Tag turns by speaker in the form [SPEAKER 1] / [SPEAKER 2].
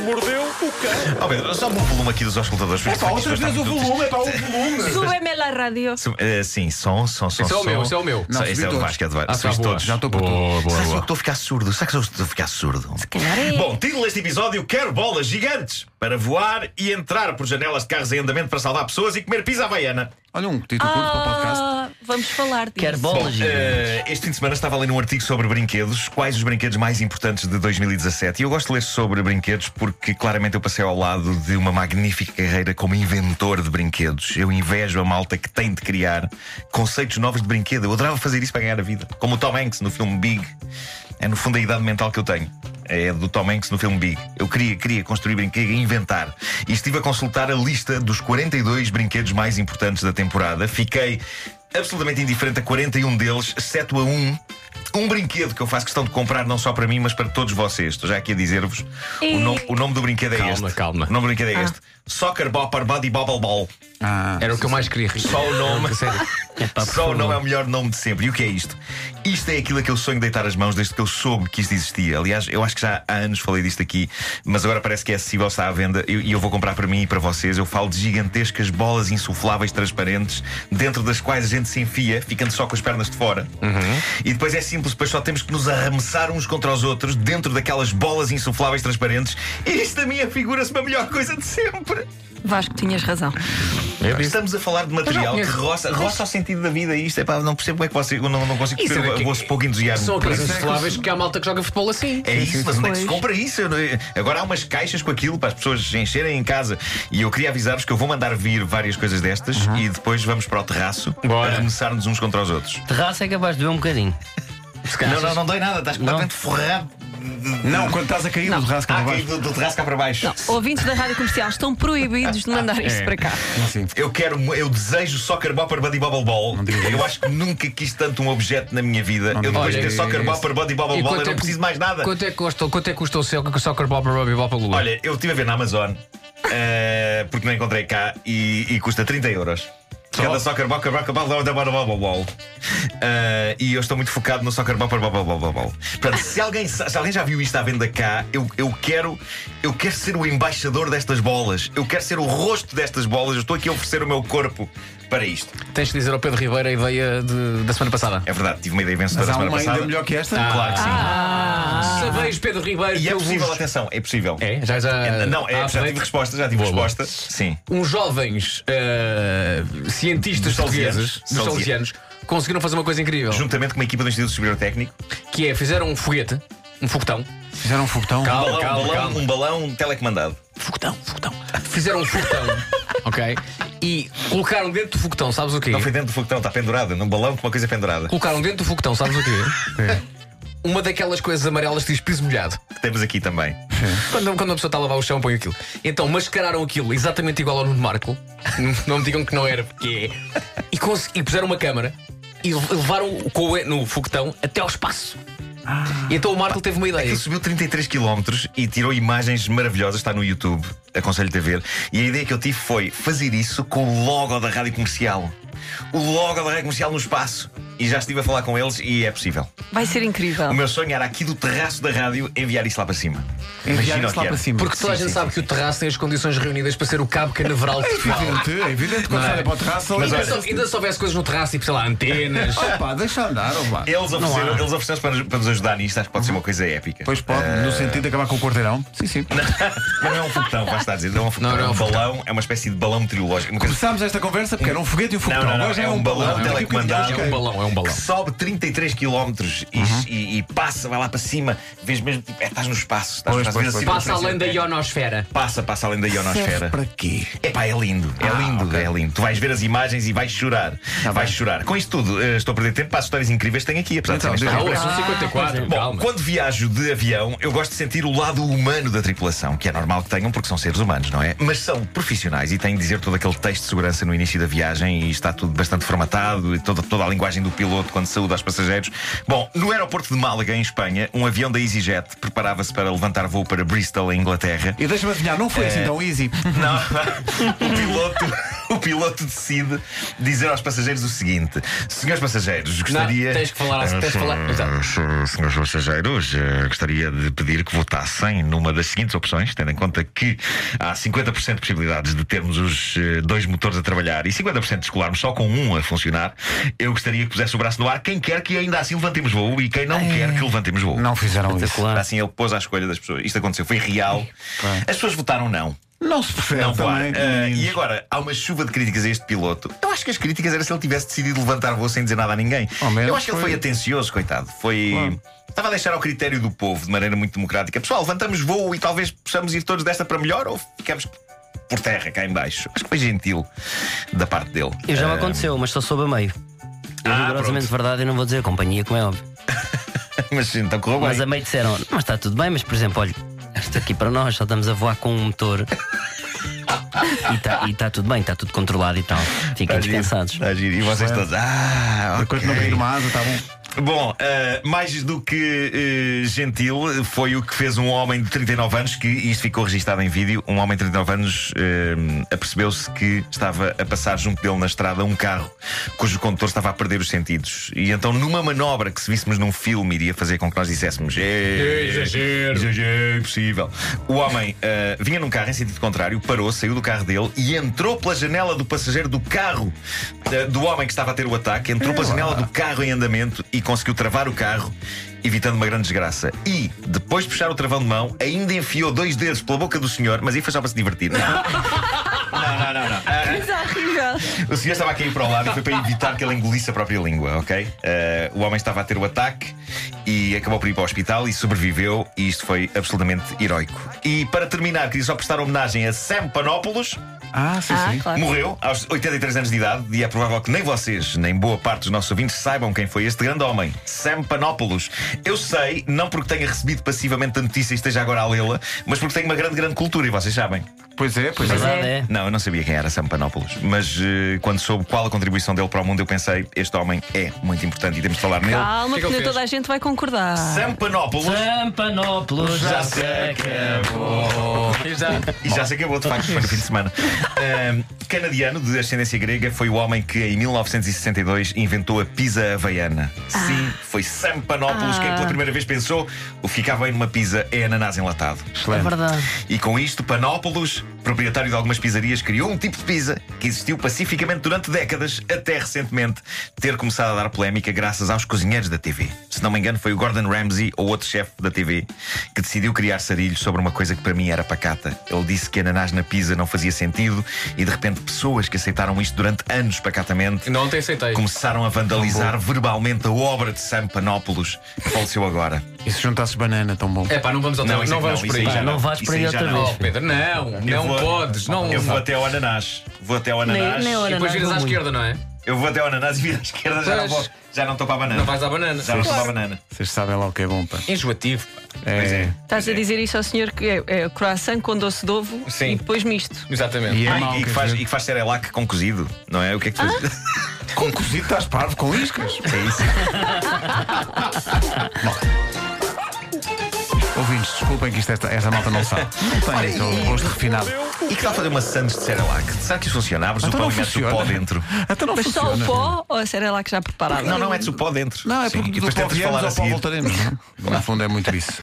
[SPEAKER 1] mordeu o cão.
[SPEAKER 2] Oh, Pedro, sobe o volume aqui dos auscultadores. porque
[SPEAKER 3] É
[SPEAKER 2] isto
[SPEAKER 3] pá,
[SPEAKER 2] vai-
[SPEAKER 3] outra
[SPEAKER 2] isto vai
[SPEAKER 3] vez
[SPEAKER 2] estar
[SPEAKER 3] o
[SPEAKER 2] muito-
[SPEAKER 3] volume, é pá, o volume.
[SPEAKER 4] Súbeme la radio.
[SPEAKER 2] Sim, eh, Sim, som, som, som.
[SPEAKER 1] Esse é o
[SPEAKER 2] som.
[SPEAKER 1] meu, esse é o meu.
[SPEAKER 2] Não,
[SPEAKER 3] Não,
[SPEAKER 2] esse
[SPEAKER 3] subi
[SPEAKER 2] é o
[SPEAKER 3] todos.
[SPEAKER 2] Vasco Eduardo.
[SPEAKER 1] Ah,
[SPEAKER 2] Subiste
[SPEAKER 1] tá, boa.
[SPEAKER 2] todos.
[SPEAKER 3] Já estou por tudo.
[SPEAKER 2] Será que sou eu que estou a ficar surdo? Será que sou eu que estou a ficar surdo? Se
[SPEAKER 4] calhar é.
[SPEAKER 2] Bom, título deste episódio: Quero bolas gigantes para voar e entrar por janelas de carros em andamento para salvar pessoas e comer pizza havaiana.
[SPEAKER 3] Olha um título curto para o podcast.
[SPEAKER 4] Ah, vamos falar disso.
[SPEAKER 5] Quer bolas gigantes.
[SPEAKER 2] Eh, este fim de semana estava a ler um artigo sobre brinquedos, quais os brinquedos mais importantes de 2017. E eu gosto de ler sobre brinquedos porque claramente eu passei ao lado de uma magnífica carreira como inventor de brinquedos. Eu invejo a malta que tem de criar conceitos novos de brinquedo. Eu adorava fazer isso para ganhar a vida. Como o Tom Hanks no filme Big. É no fundo a idade mental que eu tenho. É do Tom Hanks no filme Big. Eu queria, queria construir brinquedo e inventar. E estive a consultar a lista dos 42 brinquedos mais importantes da temporada. Fiquei absolutamente indiferente a 41 deles, exceto a um. Um brinquedo que eu faço questão de comprar não só para mim, mas para todos vocês. Estou já aqui a dizer-vos. O,
[SPEAKER 4] E-
[SPEAKER 2] nome, o nome do brinquedo é
[SPEAKER 1] Calma,
[SPEAKER 2] este.
[SPEAKER 1] calma.
[SPEAKER 2] O nome do brinquedo é este. Soccer Bopper Buddy Bobble Ball.
[SPEAKER 3] Ah,
[SPEAKER 1] Era o que eu mais queria. Só
[SPEAKER 2] o nome.
[SPEAKER 1] é Sério.
[SPEAKER 2] Só o nome é o melhor nome de sempre. E o que é isto? Isto é aquilo a que eu sonho deitar as mãos desde que eu soube que isto existia. Aliás, eu acho que já há anos falei disto aqui, mas agora parece que é acessível, está à venda e e eu vou comprar para mim e para vocês. Eu falo de gigantescas bolas insufláveis transparentes, dentro das quais a gente se enfia, ficando só com as pernas de fora. E depois é simples, depois só temos que nos arremessar uns contra os outros dentro daquelas bolas insufláveis transparentes. E isto a mim figura-se uma melhor coisa de sempre.
[SPEAKER 4] Vasco, tinhas razão.
[SPEAKER 2] Estamos a falar de material que
[SPEAKER 1] conheço.
[SPEAKER 2] roça, roça ao sentido da vida isto. Epá, não percebo como é que você. Eu não, não consigo
[SPEAKER 1] Isso
[SPEAKER 2] perceber
[SPEAKER 1] é que-
[SPEAKER 2] o vosso pouco entusiasmo. é
[SPEAKER 1] São aqueles
[SPEAKER 2] para-
[SPEAKER 1] insufláveis que há malta que joga futebol assim.
[SPEAKER 2] É isso, mas onde é que se
[SPEAKER 4] Pois.
[SPEAKER 2] compra isso? Eu não- Agora há umas caixas com aquilo para as pessoas encherem em casa. E eu queria avisar-vos que eu vou mandar vir várias coisas destas e depois vamos para o terraço
[SPEAKER 1] Uhum. Bora.
[SPEAKER 2] arremessar-nos uns contra os outros.
[SPEAKER 5] Terraço é capaz de ver um bocadinho.
[SPEAKER 2] Não, não, não dói nada, estás completamente forrado.
[SPEAKER 3] Não, quando estás a cair, o rasca
[SPEAKER 2] Ah,
[SPEAKER 3] lá
[SPEAKER 2] caiu
[SPEAKER 3] baixo.
[SPEAKER 2] do, do terraço cá para baixo.
[SPEAKER 4] Ouvintes da rádio comercial estão proibidos de mandar
[SPEAKER 3] É.
[SPEAKER 4] isto para cá.
[SPEAKER 3] Sim.
[SPEAKER 2] Eu quero, mu- eu desejo Soccer Bopper Buddy Bobble Ball. Eu acho que nunca quis tanto um objeto na minha vida. eu depois de ter
[SPEAKER 1] isso.
[SPEAKER 2] Soccer Bopper Buddy Bobble
[SPEAKER 1] E
[SPEAKER 2] Ball, eu
[SPEAKER 1] quanto é
[SPEAKER 2] não
[SPEAKER 1] que-
[SPEAKER 2] preciso mais nada.
[SPEAKER 1] Quanto é que custa, quanto é que custa o seu que o Soccer Bob Robbie Bob Lula?
[SPEAKER 2] Olha, eu estive a ver na Amazon eh, porque não encontrei cá e, e custa 30 euros. Cada soccer ball, ball, ball, ball, ball, ball, ball, ball. Eh, E eu estou muito focado no soccer ball, ball, ball, ball, ball, ball. Portanto, se alguém, sa- se alguém já viu isto à venda cá, eu, eu, quero, eu quero ser o embaixador destas bolas. Eu quero ser o rosto destas bolas. Eu estou aqui a oferecer o meu corpo para isto.
[SPEAKER 1] Tens de dizer ao Pedro Ribeiro a ideia de- da semana passada.
[SPEAKER 2] É verdade, tive uma ideia
[SPEAKER 3] Mas
[SPEAKER 2] vencedora da
[SPEAKER 3] há
[SPEAKER 2] semana
[SPEAKER 3] uma
[SPEAKER 2] passada. Ah.
[SPEAKER 3] ainda melhor que Ah, esta?
[SPEAKER 2] Claro que sim.
[SPEAKER 1] Sabeis, Pedro Ribeiro,
[SPEAKER 2] E
[SPEAKER 1] que
[SPEAKER 2] é
[SPEAKER 1] eu
[SPEAKER 2] possível,
[SPEAKER 1] vos-
[SPEAKER 2] atenção, é possível.
[SPEAKER 1] É, já, já.
[SPEAKER 2] É, não, é,
[SPEAKER 1] Ah,
[SPEAKER 2] já
[SPEAKER 1] aproveito.
[SPEAKER 2] tive resposta, já tive
[SPEAKER 1] Boa, boa.
[SPEAKER 2] resposta. Sim.
[SPEAKER 1] Uns jovens ah, cientistas
[SPEAKER 2] Dos salesianos.
[SPEAKER 1] portugueses, dos
[SPEAKER 2] Salesianos.
[SPEAKER 1] salesianos, conseguiram fazer uma coisa incrível,
[SPEAKER 2] Juntamente com uma equipa do Instituto Superior Técnico.
[SPEAKER 1] que é fizeram um foguete, um foguetão.
[SPEAKER 3] Fizeram um foguetão.
[SPEAKER 1] Calma.
[SPEAKER 2] balão, balão, Um balão telecomandado.
[SPEAKER 1] Foguetão, foguetão. Fizeram um foguetão, ok? E colocaram dentro do foguetão, sabes o quê?
[SPEAKER 2] Não foi dentro do foguetão, está pendurado. Num balão com uma coisa pendurada.
[SPEAKER 1] Colocaram dentro do foguetão, sabes o quê? Uma daquelas coisas amarelas que diz piso molhado.
[SPEAKER 2] Que temos aqui também.
[SPEAKER 1] Quando, quando a pessoa está a lavar o chão, põe aquilo. Então mascararam aquilo exatamente igual ao Nuno Marco. Não- Não me digam que não era, porque é. E, cons- e puseram uma câmara e le- levaram o com o- no foguetão até ao espaço. E então o Marco teve uma ideia.
[SPEAKER 2] Ele subiu 33 km e tirou imagens maravilhosas, está no YouTube, aconselho-te a ver. E a ideia que eu tive foi fazer isso com o logo da rádio comercial. O logo da rádio comercial no espaço. E já estive a falar com eles e é possível.
[SPEAKER 4] Vai ser incrível.
[SPEAKER 2] O meu sonho era aqui do terraço da rádio enviar isso lá para cima.
[SPEAKER 3] Enviar
[SPEAKER 2] Imagina o
[SPEAKER 3] isso
[SPEAKER 2] que é.
[SPEAKER 3] lá
[SPEAKER 2] era.
[SPEAKER 3] para cima.
[SPEAKER 1] Porque toda a gente sabe que o terraço tem as condições reunidas para ser o cabo canaveral de Portugal.
[SPEAKER 3] Evidente, é evidente. Quando
[SPEAKER 1] Não é?
[SPEAKER 3] sai para o terraço,
[SPEAKER 1] Mas
[SPEAKER 3] ali-
[SPEAKER 1] ainda, se- ainda se houvesse coisas no terraço, tipo, sei lá, antenas.
[SPEAKER 3] Oh, pá, deixa andar, ó, pá.
[SPEAKER 2] Eles ofereceram, eles ofereceram para, nos, para nos ajudar nisto, acho que pode ser uma coisa épica.
[SPEAKER 3] Pois pode, no sentido de acabar com o quarteirão. Sim, sim.
[SPEAKER 2] Mas Eh, não é um foguetão, vais estar a dizer, não é um foguetão,
[SPEAKER 1] Não, não
[SPEAKER 2] é
[SPEAKER 1] é
[SPEAKER 2] um
[SPEAKER 1] um foguetão.
[SPEAKER 2] balão, é uma espécie de balão meteorológico. Uma coisa
[SPEAKER 3] Começámos esta conversa porque era um foguete e um foguetão.
[SPEAKER 2] não, não,
[SPEAKER 3] Agora já
[SPEAKER 2] é um balão
[SPEAKER 3] Daqui a
[SPEAKER 2] telecomandado.
[SPEAKER 1] É
[SPEAKER 3] bocadinho,
[SPEAKER 1] um
[SPEAKER 3] ok.
[SPEAKER 1] balão, é um
[SPEAKER 2] que
[SPEAKER 1] balão.
[SPEAKER 2] sobe 33 km e, e- e passa, vai lá para cima, vês mesmo, tipo, é, estás no espaço, estás no
[SPEAKER 3] Pois,
[SPEAKER 2] espaço,
[SPEAKER 3] pois,
[SPEAKER 2] vês a
[SPEAKER 3] pois.
[SPEAKER 1] Passa
[SPEAKER 2] circunferência.
[SPEAKER 1] além da ionosfera.
[SPEAKER 2] Passa, passa além da ionosfera.
[SPEAKER 3] Serve para quê?
[SPEAKER 2] É pá, é lindo, é lindo, é lindo. Tu vais ver as imagens e vais chorar. vais chorar. Com isto tudo, eh, estou a perder tempo para as histórias incríveis que tenho aqui, apesar
[SPEAKER 3] Então,
[SPEAKER 2] de serem
[SPEAKER 3] diz
[SPEAKER 1] Ah,
[SPEAKER 3] lá.
[SPEAKER 2] histórias
[SPEAKER 1] hoje são 54.
[SPEAKER 2] Bom,
[SPEAKER 1] calma.
[SPEAKER 2] quando viajo de avião, eu gosto de sentir o lado humano da tripulação, que é normal que tenham, porque são seres humanos, não é? Mas são profissionais e têm de dizer todo aquele texto de segurança no início da viagem e está tudo bastante formatado, e toda, toda a linguagem do piloto quando saúda aos passageiros. Bom, no aeroporto de Málaga, em Espanha, um avião da EasyJet preparava-se para levantar voo para Bristol, em Inglaterra. Eh,
[SPEAKER 3] E deixa-me adivinhar, não foi assim tão easy.
[SPEAKER 2] Não, o piloto. o piloto decide dizer aos passageiros o seguinte: Senhores passageiros, gostaria.
[SPEAKER 1] tens que falar assim,
[SPEAKER 2] Eh,
[SPEAKER 1] tens que falar- exato.
[SPEAKER 2] Senhores senhores passageiros, eh, gostaria de pedir que votassem numa das seguintes opções, tendo em conta que há 50% de possibilidades de termos os eh, dois motores a trabalhar e 50% de escolarmos só com um a funcionar. Eu gostaria que pusesse o braço no ar quem quer que ainda assim levantemos voo e quem não quer que levantemos voo.
[SPEAKER 3] Não fizeram isso.
[SPEAKER 5] Espetacular.
[SPEAKER 2] Assim ele pôs à escolha das pessoas. Isto aconteceu, foi real. As pessoas votaram não.
[SPEAKER 3] Não se percebe
[SPEAKER 2] Não vai.
[SPEAKER 3] É um também.
[SPEAKER 2] Eh, e agora, há uma chuva de críticas a este piloto. Eu acho que as críticas era se ele tivesse decidido levantar voo sem dizer nada a ninguém.
[SPEAKER 3] Ao menos
[SPEAKER 2] Eu acho que ele
[SPEAKER 3] foi-
[SPEAKER 2] foi atencioso, coitado. Foi. Estava a deixar ao critério do povo, de maneira muito democrática. Pessoal, levantamos voo e talvez possamos ir todos desta para melhor ou ficamos por terra cá em baixo. Acho que foi gentil da parte dele.
[SPEAKER 5] Eu já me aconteceu, mas só soube a meio. É
[SPEAKER 2] Ah,
[SPEAKER 5] rigorosamente verdade e não vou dizer a companhia, como é óbvio.
[SPEAKER 2] Mas então correu bem.
[SPEAKER 5] Mas a meio disseram, mas está tudo bem, mas por exemplo, olha, isto aqui para nós, só estamos a voar com um motor. E está tudo bem, está tudo controlado e tal. Fiquem
[SPEAKER 2] Está giro,
[SPEAKER 5] descansados.
[SPEAKER 2] está giro. E vocês todos. Ah,
[SPEAKER 3] Enquanto não
[SPEAKER 2] ok.
[SPEAKER 3] cair uma asa, está bom.
[SPEAKER 2] Bom, eh, mais do que eh, gentil, foi o que fez um homem de 39 anos, que e isto ficou registado em vídeo. Um homem de 39 anos eh, apercebeu-se que estava a passar junto dele na estrada um carro cujo condutor estava a perder os sentidos. E então, numa manobra que se víssemos num filme, iria fazer com que nós dissessemos: "Eh,
[SPEAKER 1] Exagero.
[SPEAKER 2] Exagero, impossível. O homem ah, vinha num carro em sentido contrário, parou, saiu do carro dele e entrou pela janela do passageiro do carro ah, do homem que estava a ter o ataque, entrou pela janela do carro em andamento e conseguiu travar o carro, evitando uma grande desgraça. E, depois de puxar o travão de mão, ainda enfiou dois dedos pela boca do senhor, mas aí foi só para se divertir. Não, não, não, não. não. Ah,
[SPEAKER 3] é
[SPEAKER 4] Coisa é horrível.
[SPEAKER 2] o senhor estava a cair para o lado e foi para evitar que ele engolisse a própria língua, ok? Eh, o homem estava a ter o ataque e acabou por ir para o hospital e sobreviveu, e isto foi absolutamente heroico. E para terminar, queria só prestar homenagem a Sam Panópolis.
[SPEAKER 3] Ah, sim,
[SPEAKER 4] Ah,
[SPEAKER 3] sim.
[SPEAKER 4] claro.
[SPEAKER 2] Morreu aos 83 anos de idade e é provável que nem vocês, nem boa parte dos nossos ouvintes saibam quem foi este grande homem, Sam Panopoulos. Eu sei, não porque tenha recebido passivamente a notícia e esteja agora a lê-la, mas porque tem uma grande, grande cultura e vocês sabem.
[SPEAKER 3] Pois é, pois é.
[SPEAKER 4] Pois é.
[SPEAKER 5] Verdade é.
[SPEAKER 2] Não, eu não sabia quem era Sam Panopoulos, mas eh, quando soube qual a contribuição dele para o mundo, eu pensei: este homem é muito importante e temos de falar nele.
[SPEAKER 4] Calma, que
[SPEAKER 1] que é que ele
[SPEAKER 4] nem
[SPEAKER 1] fez?
[SPEAKER 4] toda a gente vai concordar.
[SPEAKER 2] Sam Panopoulos.
[SPEAKER 5] Sampanópolis já é. se acabou.
[SPEAKER 1] Exato.
[SPEAKER 2] E já se acabou, de facto, foi no fim de semana. Ahm, canadiano de ascendência grega foi o homem que em 1962 inventou a pizza havaiana.
[SPEAKER 5] Ah.
[SPEAKER 2] Sim, foi Sam Panopoulos quem pela primeira vez pensou o que ficava bem numa pizza é ananás enlatado.
[SPEAKER 5] É verdade.
[SPEAKER 2] E com isto, Panópolis, proprietário de algumas pizzarias, criou um tipo de pizza que existiu pacificamente durante décadas, até recentemente ter começado a dar polémica graças aos cozinheiros da TV. Se não me engano, foi o Gordon Ramsay ou outro chefe da TV que decidiu criar sarilhos sobre uma coisa que para mim era pacata. Ele disse que ananás na pizza não fazia sentido e de repente pessoas que aceitaram isto durante anos pacatamente
[SPEAKER 1] Não ontem aceitei.
[SPEAKER 2] começaram a vandalizar verbalmente a obra de Sam Panópolis, que faleceu agora.
[SPEAKER 3] E se juntasses banana, tão bom.
[SPEAKER 1] É pá, não vamos ao
[SPEAKER 2] isso
[SPEAKER 1] não
[SPEAKER 2] é que
[SPEAKER 1] vamos por
[SPEAKER 2] isso
[SPEAKER 1] aí.
[SPEAKER 2] já
[SPEAKER 5] Não vais
[SPEAKER 2] isso
[SPEAKER 5] por aí
[SPEAKER 2] já
[SPEAKER 5] outra
[SPEAKER 2] não.
[SPEAKER 1] Oh, Pedro, não,
[SPEAKER 2] Eu
[SPEAKER 1] não
[SPEAKER 2] vou-
[SPEAKER 1] podes. Não,
[SPEAKER 2] eu vou até ao ananás. Vou até ao ananás.
[SPEAKER 4] nem ao
[SPEAKER 1] E
[SPEAKER 4] Ananás,
[SPEAKER 1] depois viras à
[SPEAKER 4] não muito.
[SPEAKER 1] esquerda, não é?
[SPEAKER 2] Eu vou até ao ananás e viro à esquerda. Já não,
[SPEAKER 1] Pois.
[SPEAKER 2] vou, já não estou para a banana.
[SPEAKER 1] Não vais à banana.
[SPEAKER 2] já não estou para a banana.
[SPEAKER 3] Vocês sabem lá o que é bom, pá.
[SPEAKER 1] Enjoativo. pá.
[SPEAKER 2] Pois é.
[SPEAKER 4] Estás a dizer isso ao senhor que é, é croissant com doce de ovo
[SPEAKER 1] Sim.
[SPEAKER 4] e depois misto.
[SPEAKER 1] Exatamente.
[SPEAKER 3] E é
[SPEAKER 2] Ah,
[SPEAKER 3] mau,
[SPEAKER 2] e, que
[SPEAKER 3] quer
[SPEAKER 2] faz,
[SPEAKER 3] dizer.
[SPEAKER 2] e que faz cerelac com cozido, não é? O que é que tu fazes?
[SPEAKER 4] Ah.
[SPEAKER 3] Com cozido estás parvo com iscas.
[SPEAKER 2] É isso.
[SPEAKER 3] Ouvintes, desculpem que isto, esta, esta malta não sabe. Não tem isso, o rosto refinado.
[SPEAKER 2] E que tal fazer uma sandes de cerelac? Será que isso funciona? Abres o
[SPEAKER 3] Então
[SPEAKER 2] pão
[SPEAKER 3] não
[SPEAKER 2] e metes o
[SPEAKER 3] funciona.
[SPEAKER 2] pó dentro.
[SPEAKER 3] Então não
[SPEAKER 4] Mas só
[SPEAKER 3] funciona.
[SPEAKER 4] o pó ou a lá que já preparada?
[SPEAKER 2] Não, não metes o pó dentro.
[SPEAKER 3] Não, é
[SPEAKER 2] Sim,
[SPEAKER 3] porque
[SPEAKER 2] e
[SPEAKER 3] do
[SPEAKER 2] depois
[SPEAKER 3] pó
[SPEAKER 2] tentas
[SPEAKER 3] viemos
[SPEAKER 2] falar
[SPEAKER 3] ao
[SPEAKER 2] a
[SPEAKER 3] pó
[SPEAKER 2] seguir.
[SPEAKER 3] voltaremos. não é? No fundo é muito isso.